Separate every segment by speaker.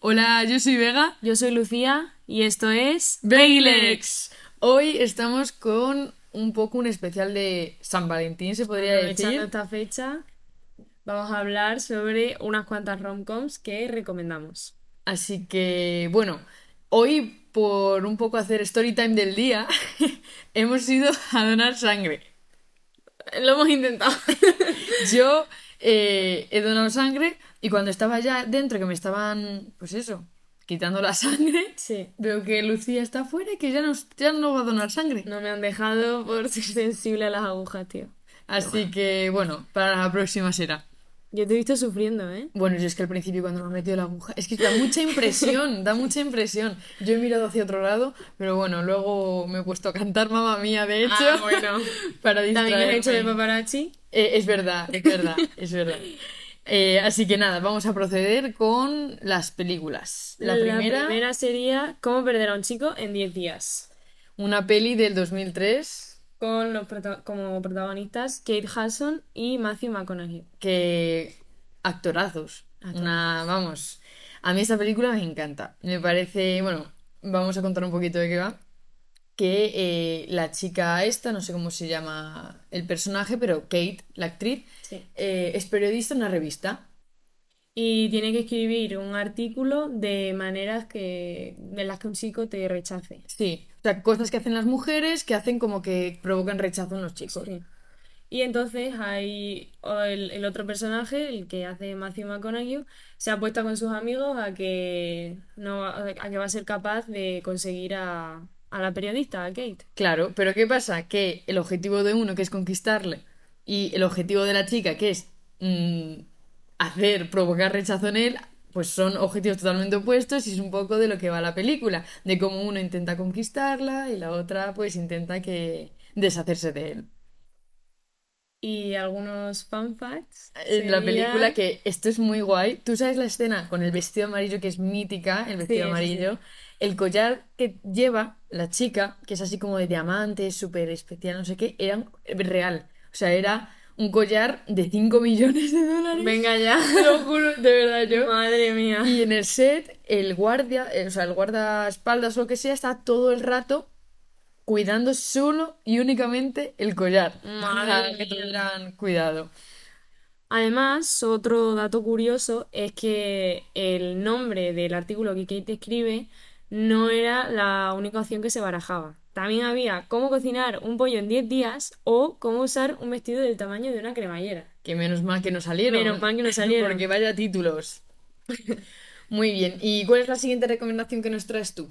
Speaker 1: Hola, yo soy Vega.
Speaker 2: Yo soy Lucía y esto es
Speaker 1: Bailex. Hoy estamos con un poco un especial de San Valentín, se podría
Speaker 2: Aprovechando
Speaker 1: decir.
Speaker 2: esta fecha, vamos a hablar sobre unas cuantas romcoms que recomendamos.
Speaker 1: Así que, bueno, hoy por un poco hacer story time del día, hemos ido a donar sangre.
Speaker 2: Lo hemos intentado.
Speaker 1: Yo eh, he donado sangre y cuando estaba ya dentro, que me estaban, pues eso, quitando la sangre,
Speaker 2: sí.
Speaker 1: veo que Lucía está afuera y que ya no, ya no va a donar sangre.
Speaker 2: No me han dejado por ser sensible a las agujas, tío.
Speaker 1: Así que, bueno, para la próxima será.
Speaker 2: Yo te he visto sufriendo, ¿eh?
Speaker 1: Bueno, yo es que al principio cuando me metió la aguja, es que da mucha impresión, da mucha impresión. Yo he mirado hacia otro lado, pero bueno, luego me he puesto a cantar mamá mía, de hecho,
Speaker 2: Ah, bueno.
Speaker 1: para
Speaker 2: También has
Speaker 1: distraerme.
Speaker 2: hecho de paparazzi.
Speaker 1: Eh, es verdad, es verdad, es verdad. Eh, así que nada, vamos a proceder con las películas. La, primera,
Speaker 2: sería ¿Cómo perder a un chico en 10 días?
Speaker 1: una peli del 2003
Speaker 2: Con los prota- como protagonistas Kate Hudson y Matthew McConaughey.
Speaker 1: que actorazos. Una, vamos, a mí esta película me encanta. Me parece, bueno, vamos a contar un poquito de qué va. Que eh, la chica esta, no sé cómo se llama el personaje, pero Kate, la actriz,
Speaker 2: Sí.
Speaker 1: eh, es periodista en una revista.
Speaker 2: Y tiene que escribir un artículo de maneras que, de las que un chico te rechace.
Speaker 1: Sí, o sea, cosas que hacen las mujeres que hacen como que provocan rechazo en los chicos.
Speaker 2: Sí. Y entonces hay o el, el otro personaje, el que hace Matthew McConaughey, se apuesta con sus amigos a que no va- a que va a ser capaz de conseguir a, a la periodista, a Kate.
Speaker 1: Claro, pero ¿qué pasa? Que el objetivo de uno, que es conquistarle, y el objetivo de la chica, que es mm, hacer, provocar rechazo en él, pues son objetivos totalmente opuestos y es un poco de lo que va la película, de cómo uno intenta conquistarla y la otra pues intenta que deshacerse de él.
Speaker 2: Y algunos fun facts.
Speaker 1: En la
Speaker 2: serían-
Speaker 1: película que esto es muy guay, tú sabes la escena con el vestido amarillo que es mítica, el vestido
Speaker 2: sí, sí.
Speaker 1: amarillo, el collar que lleva la chica, que es así como de diamante, súper especial, no sé qué, era un- eh, real, o sea, era un collar de 5 millones de dólares.
Speaker 2: Venga ya.
Speaker 1: Te lo juro, de verdad yo.
Speaker 2: Madre mía.
Speaker 1: Y en el set, el guardia, eh, o sea, el guardaespaldas o lo que sea, está todo el rato cuidando solo y únicamente el collar.
Speaker 2: Madre
Speaker 1: Para que
Speaker 2: mía.
Speaker 1: tuvieran cuidado.
Speaker 2: Además, otro dato curioso es que el nombre del artículo que Kate escribe no era la única opción que se barajaba. También había cómo cocinar un pollo en 10 días o cómo usar un vestido del tamaño de una cremallera.
Speaker 1: Que menos mal que no salieron.
Speaker 2: Menos mal que no salieron.
Speaker 1: Porque vaya títulos. Muy bien. ¿Y cuál es la siguiente recomendación que nos traes tú?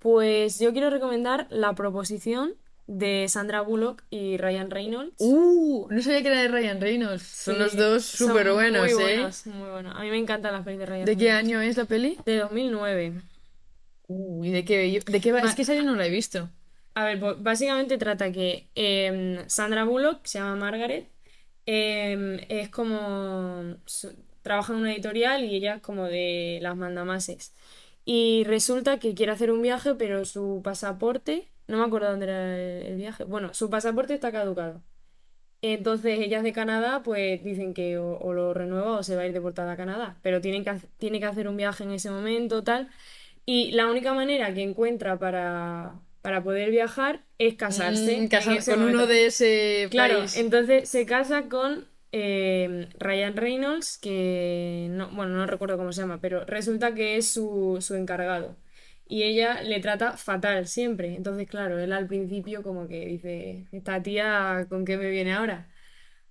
Speaker 2: Pues yo quiero recomendar La proposición de Sandra Bullock y Ryan Reynolds.
Speaker 1: Uh, no sabía que era de Ryan Reynolds. Son
Speaker 2: Sí,
Speaker 1: los dos
Speaker 2: son
Speaker 1: súper buenos,
Speaker 2: muy
Speaker 1: ¿eh?
Speaker 2: buenos, muy buenos. A mí me encantan las pelis de Ryan
Speaker 1: ¿De qué año es la peli?
Speaker 2: Reynolds. De 2009.
Speaker 1: Uy, Uh, ¿de qué, bello- de qué va? Es que esa yo no la he visto.
Speaker 2: A ver, pues, básicamente trata que em, Sandra Bullock, que se llama Margaret, em, es como... su- trabaja en una editorial y ella es como de las mandamases. Y resulta que quiere hacer un viaje, pero su pasaporte... No me acuerdo dónde era el, el viaje. Bueno, su pasaporte está caducado. Entonces ellas de Canadá pues dicen que o, o lo renueva o se va a ir deportada a Canadá, pero tienen que, hac- tiene que hacer un viaje en ese momento, tal. Y la única manera que encuentra para, para poder viajar es casarse.
Speaker 1: Mm,
Speaker 2: en
Speaker 1: casar
Speaker 2: ese
Speaker 1: con uno
Speaker 2: momento.
Speaker 1: de ese
Speaker 2: Claro,
Speaker 1: país.
Speaker 2: entonces se casa con eh, Ryan Reynolds, que no, bueno, no recuerdo cómo se llama, pero resulta que es su, su encargado. Y ella le trata fatal siempre. Entonces, claro, él al principio como que dice, esta tía, ¿con qué me viene ahora?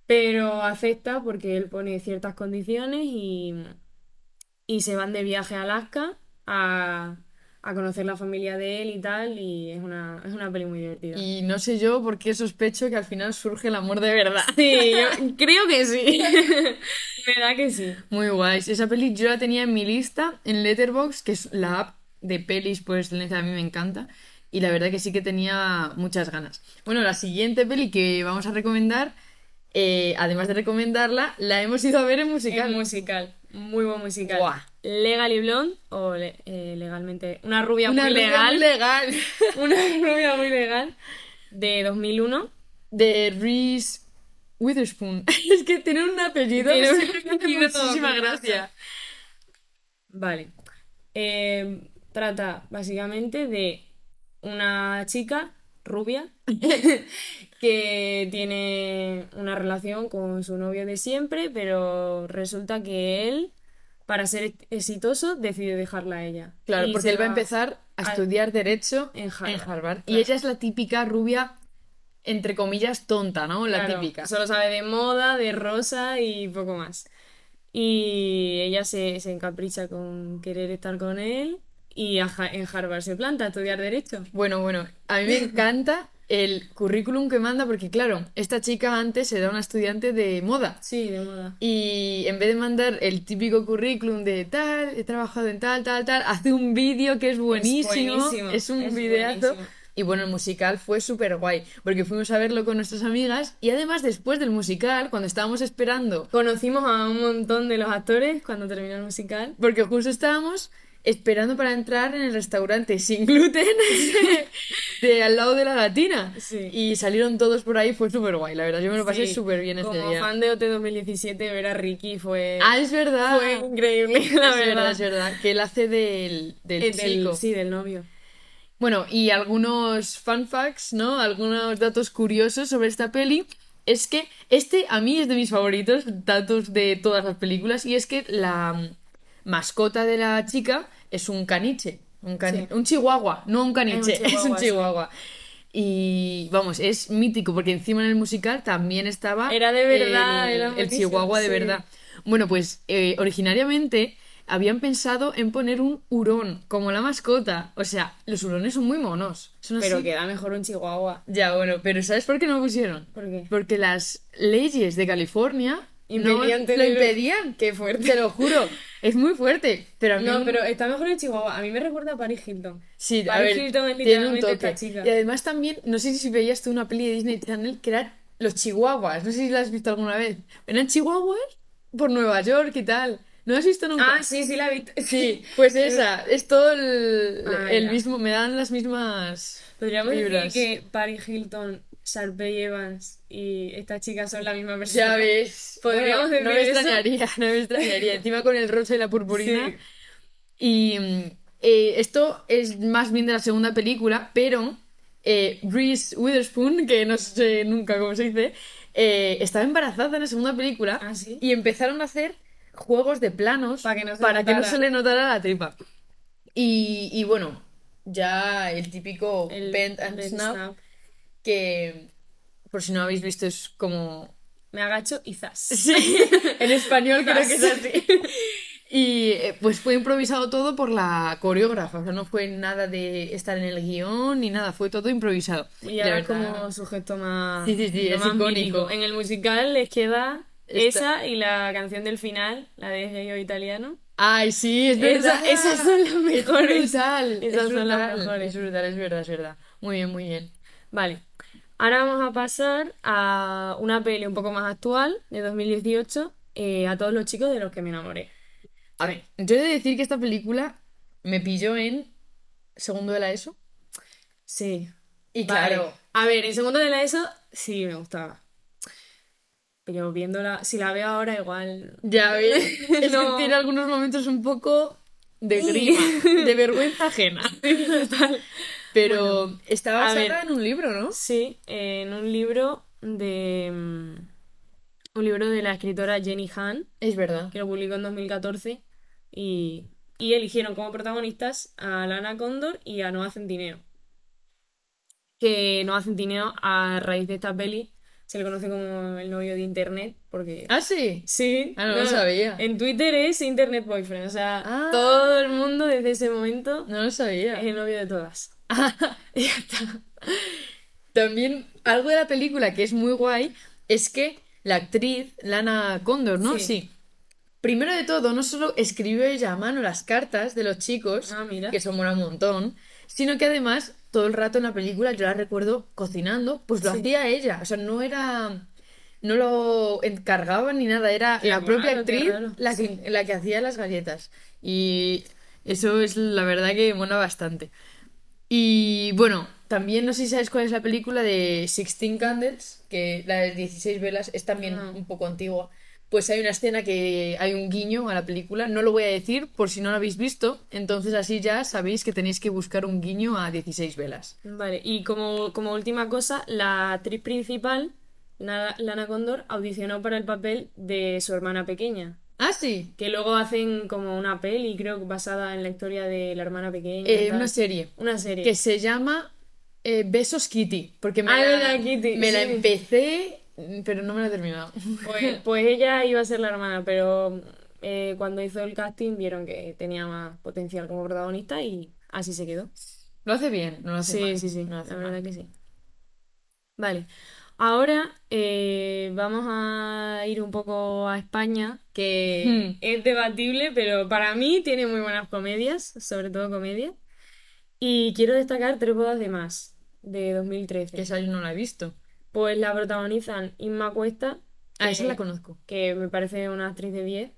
Speaker 2: Pero acepta porque él pone ciertas condiciones y, y se van de viaje a Alaska a, a conocer la familia de él y tal. Y es una, es una peli muy divertida.
Speaker 1: Y no sé yo por qué sospecho que al final surge el amor de verdad.
Speaker 2: Sí, yo creo que sí. ¿Verdad que sí?
Speaker 1: Muy guays. Esa peli yo la tenía en mi lista en Letterboxd, que es la app de pelis por excelencia, a mí me encanta. Y la verdad que sí que tenía muchas ganas. Bueno, la siguiente peli que vamos a recomendar, eh, además de recomendarla, la hemos ido a ver en
Speaker 2: Es
Speaker 1: musical.
Speaker 2: musical, muy buen musical.
Speaker 1: Guau.
Speaker 2: Legally Blonde, o le- eh, legalmente, una rubia
Speaker 1: Una
Speaker 2: muy
Speaker 1: rubia
Speaker 2: legal,
Speaker 1: muy legal.
Speaker 2: una rubia muy legal, de 2001.
Speaker 1: De Reese Witherspoon. Es que tiene un apellido
Speaker 2: Tiene
Speaker 1: que
Speaker 2: un
Speaker 1: me hace
Speaker 2: apellido
Speaker 1: muchísima
Speaker 2: que me
Speaker 1: gracia.
Speaker 2: Vale. eh, trata básicamente de una chica rubia que tiene una relación con su novio de siempre, pero resulta que él, para ser exitoso, decide dejarla a ella.
Speaker 1: Claro,
Speaker 2: Y
Speaker 1: porque
Speaker 2: se
Speaker 1: él va a empezar a
Speaker 2: al-
Speaker 1: estudiar Derecho
Speaker 2: en Harvard.
Speaker 1: Y
Speaker 2: Claro.
Speaker 1: ella es la típica rubia, entre comillas, tonta, ¿no? La
Speaker 2: Claro,
Speaker 1: típica.
Speaker 2: Solo sabe de moda, de rosa y poco más. Y ella se, se encapricha con querer estar con él y a Ja- en Harvard se planta a estudiar Derecho.
Speaker 1: Bueno, bueno, a mí me encanta el currículum que manda porque, claro, esta chica antes era una estudiante de moda.
Speaker 2: Sí, de moda.
Speaker 1: Y en vez de mandar el típico currículum de tal, he trabajado en tal, tal, tal, hace un vídeo que es buenísimo,
Speaker 2: buenísimo,
Speaker 1: es un
Speaker 2: es
Speaker 1: videazo.
Speaker 2: buenísimo.
Speaker 1: Y bueno, el musical fue súper guay, porque fuimos a verlo con nuestras amigas y además después del musical, cuando estábamos esperando,
Speaker 2: Conocimos a un montón de los actores cuando terminó el musical.
Speaker 1: porque justo estábamos esperando para entrar en el restaurante sin gluten de al lado de la latina.
Speaker 2: Sí.
Speaker 1: Y salieron todos por ahí, fue súper guay, la verdad, yo me lo pasé
Speaker 2: Sí,
Speaker 1: súper bien ese
Speaker 2: Como
Speaker 1: día.
Speaker 2: fan de OT 2017, ver a Ricky fue,
Speaker 1: Ah, es verdad.
Speaker 2: fue increíble, la
Speaker 1: es verdad,
Speaker 2: verdad.
Speaker 1: es verdad, que él hace del, del
Speaker 2: Eh, del-
Speaker 1: chico.
Speaker 2: sí, del novio.
Speaker 1: Bueno, y algunos fun facts, ¿no? Algunos datos curiosos sobre esta peli. Es que este a mí es de mis favoritos datos de todas las películas y es que la mm, mascota de la chica es un caniche, un, cani-
Speaker 2: Sí.
Speaker 1: un chihuahua, no un caniche,
Speaker 2: chihuahua,
Speaker 1: es un
Speaker 2: sí.
Speaker 1: chihuahua. Y vamos, es mítico porque encima en el musical también estaba
Speaker 2: Era de verdad,
Speaker 1: el,
Speaker 2: era
Speaker 1: el
Speaker 2: buenísimo,
Speaker 1: chihuahua de
Speaker 2: sí.
Speaker 1: verdad. Bueno, pues eh, originariamente habían pensado en poner un hurón como la mascota. O sea, los hurones son muy monos. Son
Speaker 2: Pero
Speaker 1: así.
Speaker 2: queda mejor un chihuahua.
Speaker 1: Ya, bueno, pero ¿sabes por qué no lo pusieron?
Speaker 2: ¿Por qué?
Speaker 1: Porque las leyes de California no-
Speaker 2: Impedían
Speaker 1: lo
Speaker 2: tener-
Speaker 1: impedían.
Speaker 2: Qué fuerte.
Speaker 1: Te lo juro. Es muy fuerte. Pero a mí
Speaker 2: No, pero está mejor el Chihuahua. A mí me recuerda a Paris Hilton.
Speaker 1: Sí, a
Speaker 2: Paris
Speaker 1: ver,
Speaker 2: Hilton es
Speaker 1: tiene un
Speaker 2: literalmente
Speaker 1: toque.
Speaker 2: esta chica.
Speaker 1: Y además también, no sé si veías tú una peli de Disney Channel que era los chihuahuas, no sé si la has visto alguna vez. Eran chihuahuas por Nueva York y tal. ¿No has visto nunca?
Speaker 2: Ah, sí, sí la he visto.
Speaker 1: Sí, pues esa, es todo el,
Speaker 2: Ah,
Speaker 1: el
Speaker 2: ya.
Speaker 1: mismo, me dan las mismas
Speaker 2: Podríamos
Speaker 1: vibras.
Speaker 2: decir que Paris Hilton, Sharpay Evans y esta chica son la misma persona.
Speaker 1: Ya ves,
Speaker 2: Podríamos
Speaker 1: Bueno, no me
Speaker 2: decir eso.
Speaker 1: extrañaría, no me extrañaría, encima con el rosa y la purpurina.
Speaker 2: Sí.
Speaker 1: Y mm, eh, esto es más bien de la segunda película, pero eh, Reese Witherspoon, que no sé nunca cómo se dice, eh, estaba embarazada en la segunda película
Speaker 2: Ah, ¿sí?
Speaker 1: y empezaron a hacer juegos de planos
Speaker 2: Pa' que no se
Speaker 1: para que no
Speaker 2: notara.
Speaker 1: se le notara la tripa. Y, y bueno, ya el típico
Speaker 2: El
Speaker 1: bend and
Speaker 2: bend
Speaker 1: snap, que por si no habéis visto es como...
Speaker 2: Me agacho y zas.
Speaker 1: Sí, en español creo que es así. Y eh, pues fue improvisado todo por la coreógrafa, o sea, no fue nada de estar en el guión ni nada, fue todo improvisado.
Speaker 2: Y
Speaker 1: La
Speaker 2: ahora es
Speaker 1: verdad-
Speaker 2: como su gesto más.
Speaker 1: Sí, sí, sí,
Speaker 2: lo
Speaker 1: es
Speaker 2: más
Speaker 1: icónico.
Speaker 2: mítico. En el musical les queda
Speaker 1: Esta-
Speaker 2: esa y la canción del final, la de Geo Italiano.
Speaker 1: Ay, sí, es
Speaker 2: Esa-
Speaker 1: verdad.
Speaker 2: esas son las
Speaker 1: Es
Speaker 2: mejores.
Speaker 1: brutal, es
Speaker 2: Esas son las
Speaker 1: brutal,
Speaker 2: mejores.
Speaker 1: Es brutal, es verdad, es verdad. Muy bien, muy bien.
Speaker 2: Vale. Ahora vamos a pasar a una peli un poco más actual, de 2018, eh, a todos los chicos de los que me enamoré.
Speaker 1: A ver, yo he de decir que esta película me pilló en segundo de la ESO.
Speaker 2: Sí.
Speaker 1: Y
Speaker 2: Vale.
Speaker 1: claro,
Speaker 2: A ver, en segundo de la ESO sí me gustaba. Pero viéndola, si la veo ahora igual.
Speaker 1: ya ves, es
Speaker 2: No.
Speaker 1: que tiene algunos momentos un poco de
Speaker 2: Sí.
Speaker 1: grima, de vergüenza ajena. Pero estaba
Speaker 2: a
Speaker 1: basada
Speaker 2: ver.
Speaker 1: en un libro, ¿no?
Speaker 2: Sí, eh, en un libro de. mm, Un libro de la escritora Jenny Han,
Speaker 1: Es verdad.
Speaker 2: que lo publicó en 2014. Y, y eligieron como protagonistas a Lana Condor y a Noah Centineo. Que Noah Centineo, a raíz de esta peli, se le conoce como el novio de internet, porque.
Speaker 1: Ah, sí.
Speaker 2: Sí.
Speaker 1: Ah, no lo sabía.
Speaker 2: En Twitter es Internet Boyfriend. O sea,
Speaker 1: Ah.
Speaker 2: todo el mundo desde ese momento
Speaker 1: No lo sabía.
Speaker 2: es el novio de todas.
Speaker 1: También algo de la película que es muy guay es que la actriz, Lana Condor, ¿no?
Speaker 2: Sí.
Speaker 1: Sí. Primero de todo, no solo escribió ella a mano las cartas de los chicos,
Speaker 2: Ah, mira.
Speaker 1: que eso mola un montón, sino que además todo el rato en la película, yo la recuerdo cocinando, pues lo
Speaker 2: Sí.
Speaker 1: hacía ella. O sea, no era. No lo encargaban ni nada, era
Speaker 2: Qué
Speaker 1: la propia
Speaker 2: raro, qué
Speaker 1: actriz
Speaker 2: raro.
Speaker 1: la que, la que hacía las galletas. Y eso es la verdad que mola bastante. Y bueno, también no sé si sabes cuál es la película de Sixteen Candles, que la de 16 velas es también
Speaker 2: No.
Speaker 1: un poco antigua, pues hay una escena que hay un guiño a la película. No lo voy a decir por si no lo habéis visto. Entonces así ya sabéis que tenéis que buscar un guiño a 16 velas.
Speaker 2: Vale, y como, como última cosa, la actriz principal, Na- Lana Condor, audicionó para el papel de su hermana pequeña.
Speaker 1: Ah, sí.
Speaker 2: Que luego hacen como una peli, creo que basada en la historia de la hermana pequeña. y
Speaker 1: Eh,
Speaker 2: tal.
Speaker 1: una serie
Speaker 2: Una serie.
Speaker 1: que se llama eh, Besos Kitty. Porque me,
Speaker 2: Ah,
Speaker 1: la,
Speaker 2: verdad, Kitty,
Speaker 1: me la
Speaker 2: sí.
Speaker 1: empecé, pero no me la he terminado.
Speaker 2: Pues, pues ella iba a ser la hermana, pero eh, cuando hizo el casting vieron que tenía más potencial como protagonista y así se quedó.
Speaker 1: Lo hace bien, no lo hace
Speaker 2: Sí,
Speaker 1: mal,
Speaker 2: sí, sí,
Speaker 1: no lo hace
Speaker 2: la
Speaker 1: mal.
Speaker 2: verdad que sí. Vale, ahora eh, vamos a ir un poco a España, que
Speaker 1: Hmm.
Speaker 2: es debatible, pero para mí tiene muy buenas comedias, sobre todo comedias. Y quiero destacar Tres bodas de más, de 2013.
Speaker 1: Que esa yo no la he visto.
Speaker 2: Pues la protagonizan Inma Cuesta,
Speaker 1: Ah, esa
Speaker 2: que-
Speaker 1: la conozco.
Speaker 2: que me parece una actriz de 10,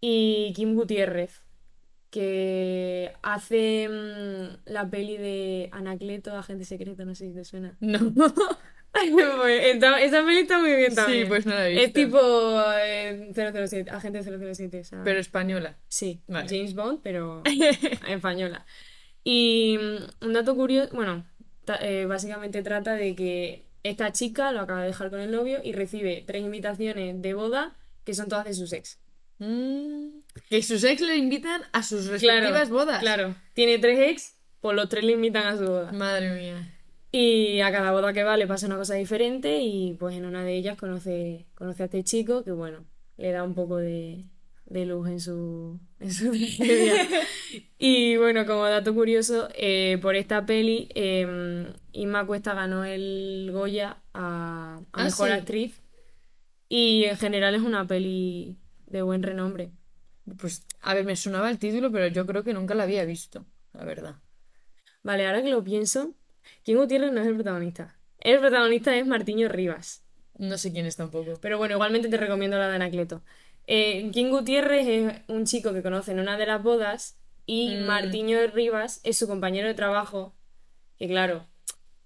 Speaker 2: y Kim Gutiérrez, que hace mm, la peli de Anacleto, Agente Secreto, no sé si te suena.
Speaker 1: No.
Speaker 2: Pues está- esa peli está muy bien
Speaker 1: sí,
Speaker 2: también.
Speaker 1: pues no la he visto.
Speaker 2: Es tipo eh, 007, Agente 007, o sea,
Speaker 1: Pero española.
Speaker 2: sí,
Speaker 1: Vale.
Speaker 2: James Bond, pero española. Y mm, un dato curioso, bueno, ta- eh, básicamente trata de que esta chica lo acaba de dejar con el novio y recibe tres invitaciones de boda que son todas de sus ex.
Speaker 1: Mm, que sus ex le invitan a sus respectivas bodas.
Speaker 2: Claro. Tiene tres ex, pues los tres le invitan a su boda.
Speaker 1: Madre mía.
Speaker 2: Y a cada boda que va le pasa una cosa diferente y pues en una de ellas conoce, conoce a este chico que bueno, le da un poco de, de luz en su, en su tragedia. Y bueno, como dato curioso, eh, por esta peli eh, Inma Cuesta ganó el Goya a, a
Speaker 1: Ah,
Speaker 2: Mejor
Speaker 1: sí.
Speaker 2: Actriz y en general es una peli de buen renombre.
Speaker 1: Pues, a ver, me sonaba el título, pero yo creo que nunca la había visto, la verdad.
Speaker 2: Vale, ahora que lo pienso, Kim Gutiérrez no es el protagonista. El protagonista es Martiño Rivas.
Speaker 1: No sé quién es tampoco.
Speaker 2: Pero bueno, igualmente te recomiendo la de Anacleto. Eh, Kim Gutiérrez es un chico que conoce en una de las bodas y
Speaker 1: Mm.
Speaker 2: Martiño Rivas es su compañero de trabajo. Que claro,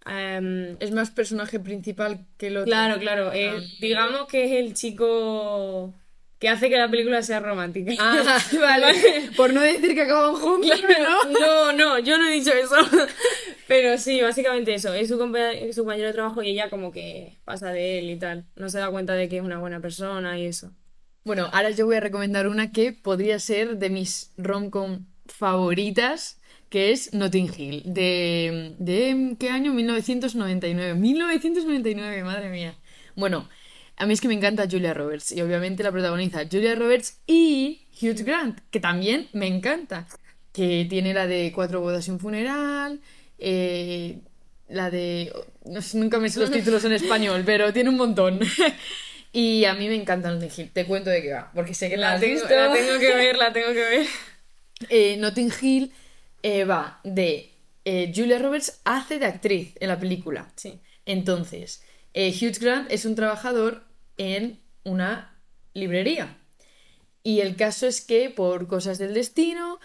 Speaker 2: em,
Speaker 1: Es más personaje principal que el otro.
Speaker 2: claro, claro, eh,
Speaker 1: Ah.
Speaker 2: digamos que es el chico que hace que la película sea romántica.
Speaker 1: Ah, vale. Por no decir que acaban juntos, ¿no?
Speaker 2: No, no, yo no he dicho eso. Pero sí, básicamente eso. Es su, compa- es su compañero de trabajo y ella como que pasa de él y tal. No se da cuenta de que es una buena persona y eso.
Speaker 1: Bueno, ahora yo voy a recomendar una que podría ser de mis rom-com favoritas, que es Notting Hill, de, de ¿qué año? 1999. 1999, madre mía. Bueno, a mí es que me encanta Julia Roberts y obviamente la protagoniza Julia Roberts y Hugh Grant, que también me encanta, que tiene la de Cuatro bodas y un funeral, eh, la de... no sé, nunca me sé los títulos en español, pero tiene un montón. Y a mí me encanta Notting Hill. Te cuento de qué va, porque sé que la, has
Speaker 2: tengo,
Speaker 1: visto.
Speaker 2: la tengo que ver, la tengo que ver.
Speaker 1: Eh, Notting Hill eh, va de... eh, Julia Roberts hace de actriz en la película.
Speaker 2: Sí.
Speaker 1: Entonces, eh, Hugh Grant es un trabajador en una librería. Y el caso es que, por cosas del destino,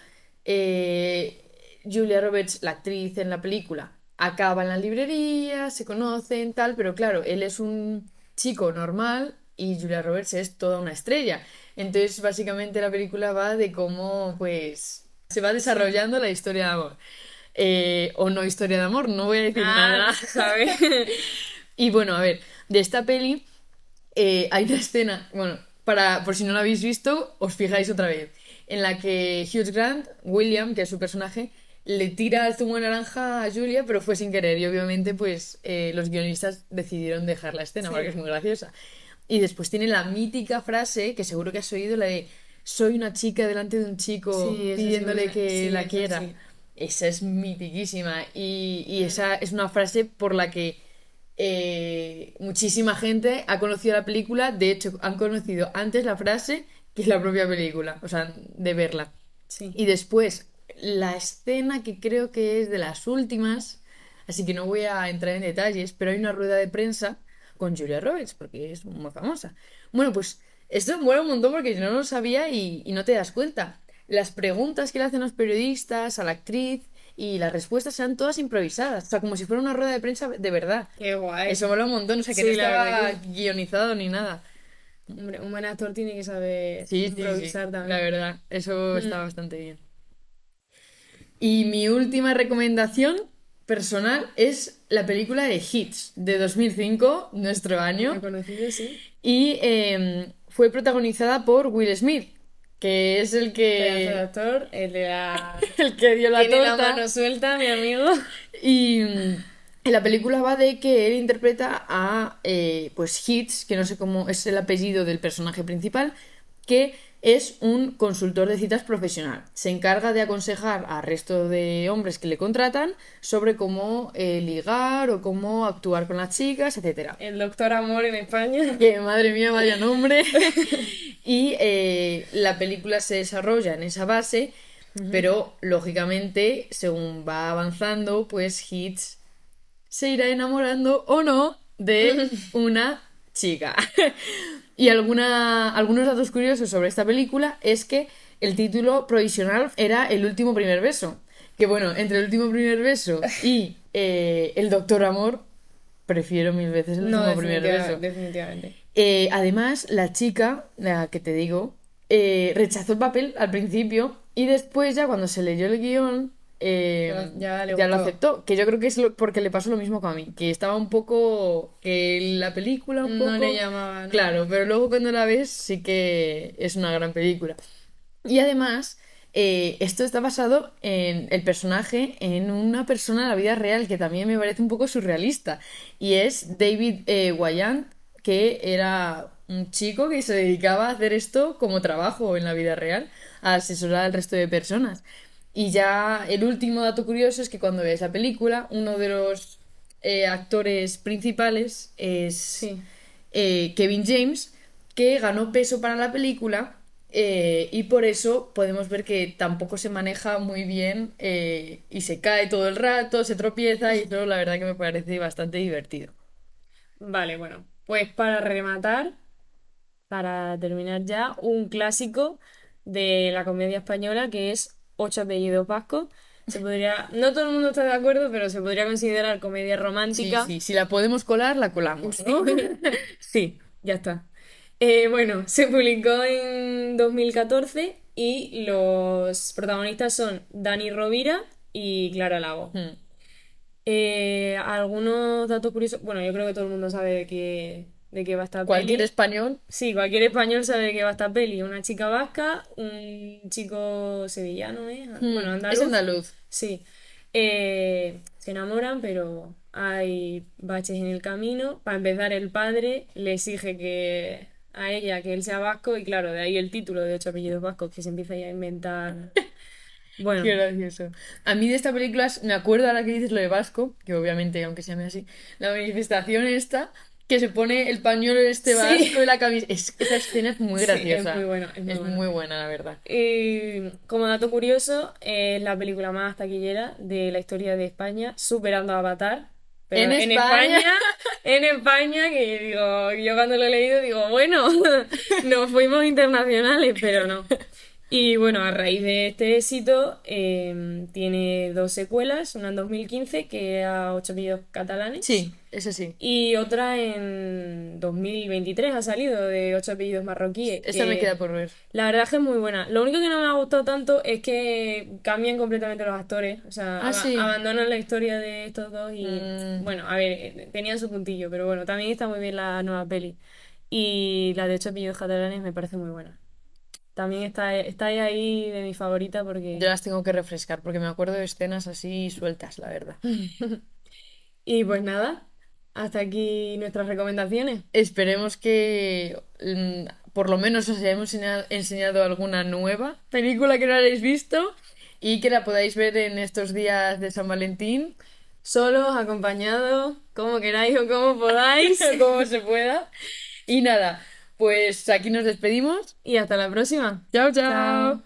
Speaker 1: eh, Julia Roberts, la actriz en la película, acaba en la librería, se conocen, tal, pero claro, él es un chico normal y Julia Roberts es toda una estrella. Entonces, básicamente la película va de cómo, pues, se va desarrollando la historia de amor. Eh, o no historia de amor, no voy a decir
Speaker 2: Ah,
Speaker 1: nada.
Speaker 2: ¿sabes?
Speaker 1: Y bueno, a ver, de esta peli eh, hay una escena, bueno, para, por si no la habéis visto, os fijáis otra vez, en la que Hugh Grant, William, que es su personaje, le tira el zumo de naranja a Julia, pero fue sin querer. Y obviamente, pues eh, los guionistas decidieron dejar la escena
Speaker 2: Sí.
Speaker 1: porque es muy graciosa. Y después tiene la mítica frase que seguro que has oído, la de soy una chica delante de un chico
Speaker 2: Sí, esa sí
Speaker 1: pidiéndole
Speaker 2: me-
Speaker 1: que
Speaker 2: sí,
Speaker 1: la
Speaker 2: esa
Speaker 1: quiera.
Speaker 2: sí.
Speaker 1: Esa es mitiquísima y, y esa es una frase por la que eh, muchísima gente ha conocido la película. De hecho, han conocido antes la frase que la propia película, o sea, de verla.
Speaker 2: Sí.
Speaker 1: Y después, la escena que creo que es de las últimas, así que no voy a entrar en detalles, pero hay una rueda de prensa con Julia Roberts, porque es muy famosa. Bueno, pues esto me mola un montón porque yo no lo sabía y, y no te das cuenta. Las preguntas que le hacen los periodistas a la actriz y las respuestas sean todas improvisadas, o sea, como si fuera una rueda de prensa de verdad.
Speaker 2: Qué guay.
Speaker 1: Eso mola un montón, o sea, que
Speaker 2: Sí,
Speaker 1: no
Speaker 2: la verdad
Speaker 1: estaba guionizado ni nada.
Speaker 2: Hombre, un buen actor tiene que saber
Speaker 1: Sí, sí, sí,
Speaker 2: improvisar también. Mm.
Speaker 1: la verdad, eso está bastante bien. Y mi última recomendación personal es la película de Hits de 2005, nuestro
Speaker 2: ¿Lo
Speaker 1: año,
Speaker 2: conocido, sí?
Speaker 1: y eh, fue protagonizada por Will Smith, que es el
Speaker 2: Pedazo de
Speaker 1: que,
Speaker 2: actor, el de la...
Speaker 1: eh, el que dio la
Speaker 2: Tiene la
Speaker 1: torta.
Speaker 2: mano suelta, mi amigo.
Speaker 1: Y mm, y la película va de que él interpreta a eh, pues Hitch, que no sé cómo es el apellido del personaje principal, que es un consultor de citas profesional. Se encarga de aconsejar al resto de hombres que le contratan sobre cómo eh, ligar o cómo actuar con las chicas, etcétera.
Speaker 2: El doctor amor en España.
Speaker 1: Que madre mía, vaya nombre. y eh, la película se desarrolla en esa base, pero lógicamente, según va avanzando, pues Hitch se irá enamorando o no de una chica. y alguna, algunos datos curiosos sobre esta película es que el título provisional era El último primer beso. Que bueno, entre el último primer beso y eh, El doctor amor, prefiero mil veces el último
Speaker 2: No,
Speaker 1: primer
Speaker 2: definitiva-
Speaker 1: beso.
Speaker 2: definitivamente.
Speaker 1: Eh, además, la chica, la que te digo, eh, rechazó el papel al principio y después ya cuando se leyó el guión, eh,
Speaker 2: Ya- ya le
Speaker 1: lo
Speaker 2: gustó.
Speaker 1: aceptó. Que yo creo que es lo- porque le pasó lo mismo que a mí, que estaba un poco... que la película un poco...
Speaker 2: No le llamaba, ¿no?
Speaker 1: Claro, pero luego cuando la ves sí que es una gran película. Y además, eh, esto está basado en el personaje, en una persona de la vida real que también me parece un poco surrealista. Y es David eh, Wayant, que era un chico que se dedicaba a hacer esto como trabajo en la vida real, a asesorar al resto de personas. Y ya el último dato curioso es que cuando ves la película, uno de los eh, actores principales es
Speaker 2: Sí.
Speaker 1: eh, Kevin James, que ganó peso para la película eh, y por eso podemos ver que tampoco se maneja muy bien eh, y se cae todo el rato, se tropieza y todo, la verdad que me parece bastante divertido.
Speaker 2: Vale, bueno, pues para rematar, para terminar ya, un clásico de la comedia española que es Ocho apellidos vascos. Se podría, no todo el mundo está de acuerdo, pero se podría considerar comedia
Speaker 1: Sí,
Speaker 2: romántica.
Speaker 1: sí, si la podemos colar, la colamos, ¿no?
Speaker 2: Sí, ya está. Eh, bueno, se publicó en 2014 y los protagonistas son Dani Rovira y Clara Lago.
Speaker 1: Mm.
Speaker 2: Eh, algunos datos curiosos. Bueno, yo creo que todo el mundo sabe de qué, de qué va esta
Speaker 1: Cualquier
Speaker 2: peli.
Speaker 1: español,
Speaker 2: Sí, cualquier español sabe de qué va esta peli. Una chica vasca, un chico sevillano, ¿eh? Bueno,
Speaker 1: mm,
Speaker 2: andaluz.
Speaker 1: es andaluz.
Speaker 2: Sí. Eh, se enamoran, pero hay baches en el camino. Para empezar, el padre le exige que a ella que él sea vasco y claro, de ahí el título de ocho apellidos vascos que se empieza ya a inventar. Bueno,
Speaker 1: Qué gracioso. A mí de esta película me acuerdo ahora que dices lo de Vasco, que obviamente, aunque se llame así, la manifestación esta, que se pone el pañuelo este
Speaker 2: Sí.
Speaker 1: vasco y la camisa. Es, esa escena es muy
Speaker 2: Sí, es
Speaker 1: graciosa.
Speaker 2: muy buena, es muy buena.
Speaker 1: buena, la verdad.
Speaker 2: Y como dato curioso, es la película más taquillera de la historia de España, superando a Avatar. Pero
Speaker 1: ¿En
Speaker 2: en
Speaker 1: España?
Speaker 2: España, en España, que digo, yo cuando lo he leído digo, bueno, nos fuimos internacionales, pero no. Y bueno, a raíz de este éxito, eh, tiene dos secuelas, una en 2015, que era Ocho apellidos catalanes,
Speaker 1: Sí, eso sí.
Speaker 2: y otra en 2023 ha salido de Ocho apellidos marroquíes.
Speaker 1: Esta me
Speaker 2: que-
Speaker 1: queda por ver.
Speaker 2: la verdad es que es muy buena. Lo único que no me ha gustado tanto es que cambian completamente los actores. O sea,
Speaker 1: Ah,
Speaker 2: aba-
Speaker 1: sí.
Speaker 2: abandonan la historia de estos dos y...
Speaker 1: Mm.
Speaker 2: Bueno, a ver, eh, tenían su puntillo, pero bueno, también está muy bien la nueva peli. Y la de ocho apellidos catalanes me parece muy buena. También está, está ahí de mi favorita porque...
Speaker 1: Yo las tengo que refrescar porque me acuerdo de escenas así sueltas, la verdad.
Speaker 2: Y pues nada, hasta aquí nuestras recomendaciones.
Speaker 1: Esperemos que mm, por lo menos os hayamos ensea- enseñado alguna nueva película que no habéis visto y que la podáis ver en estos días de San Valentín.
Speaker 2: Solos, acompañados, como queráis o como podáis.
Speaker 1: como se pueda. Y nada, pues aquí nos despedimos.
Speaker 2: Y hasta la próxima.
Speaker 1: Chao, chao.
Speaker 2: Chao.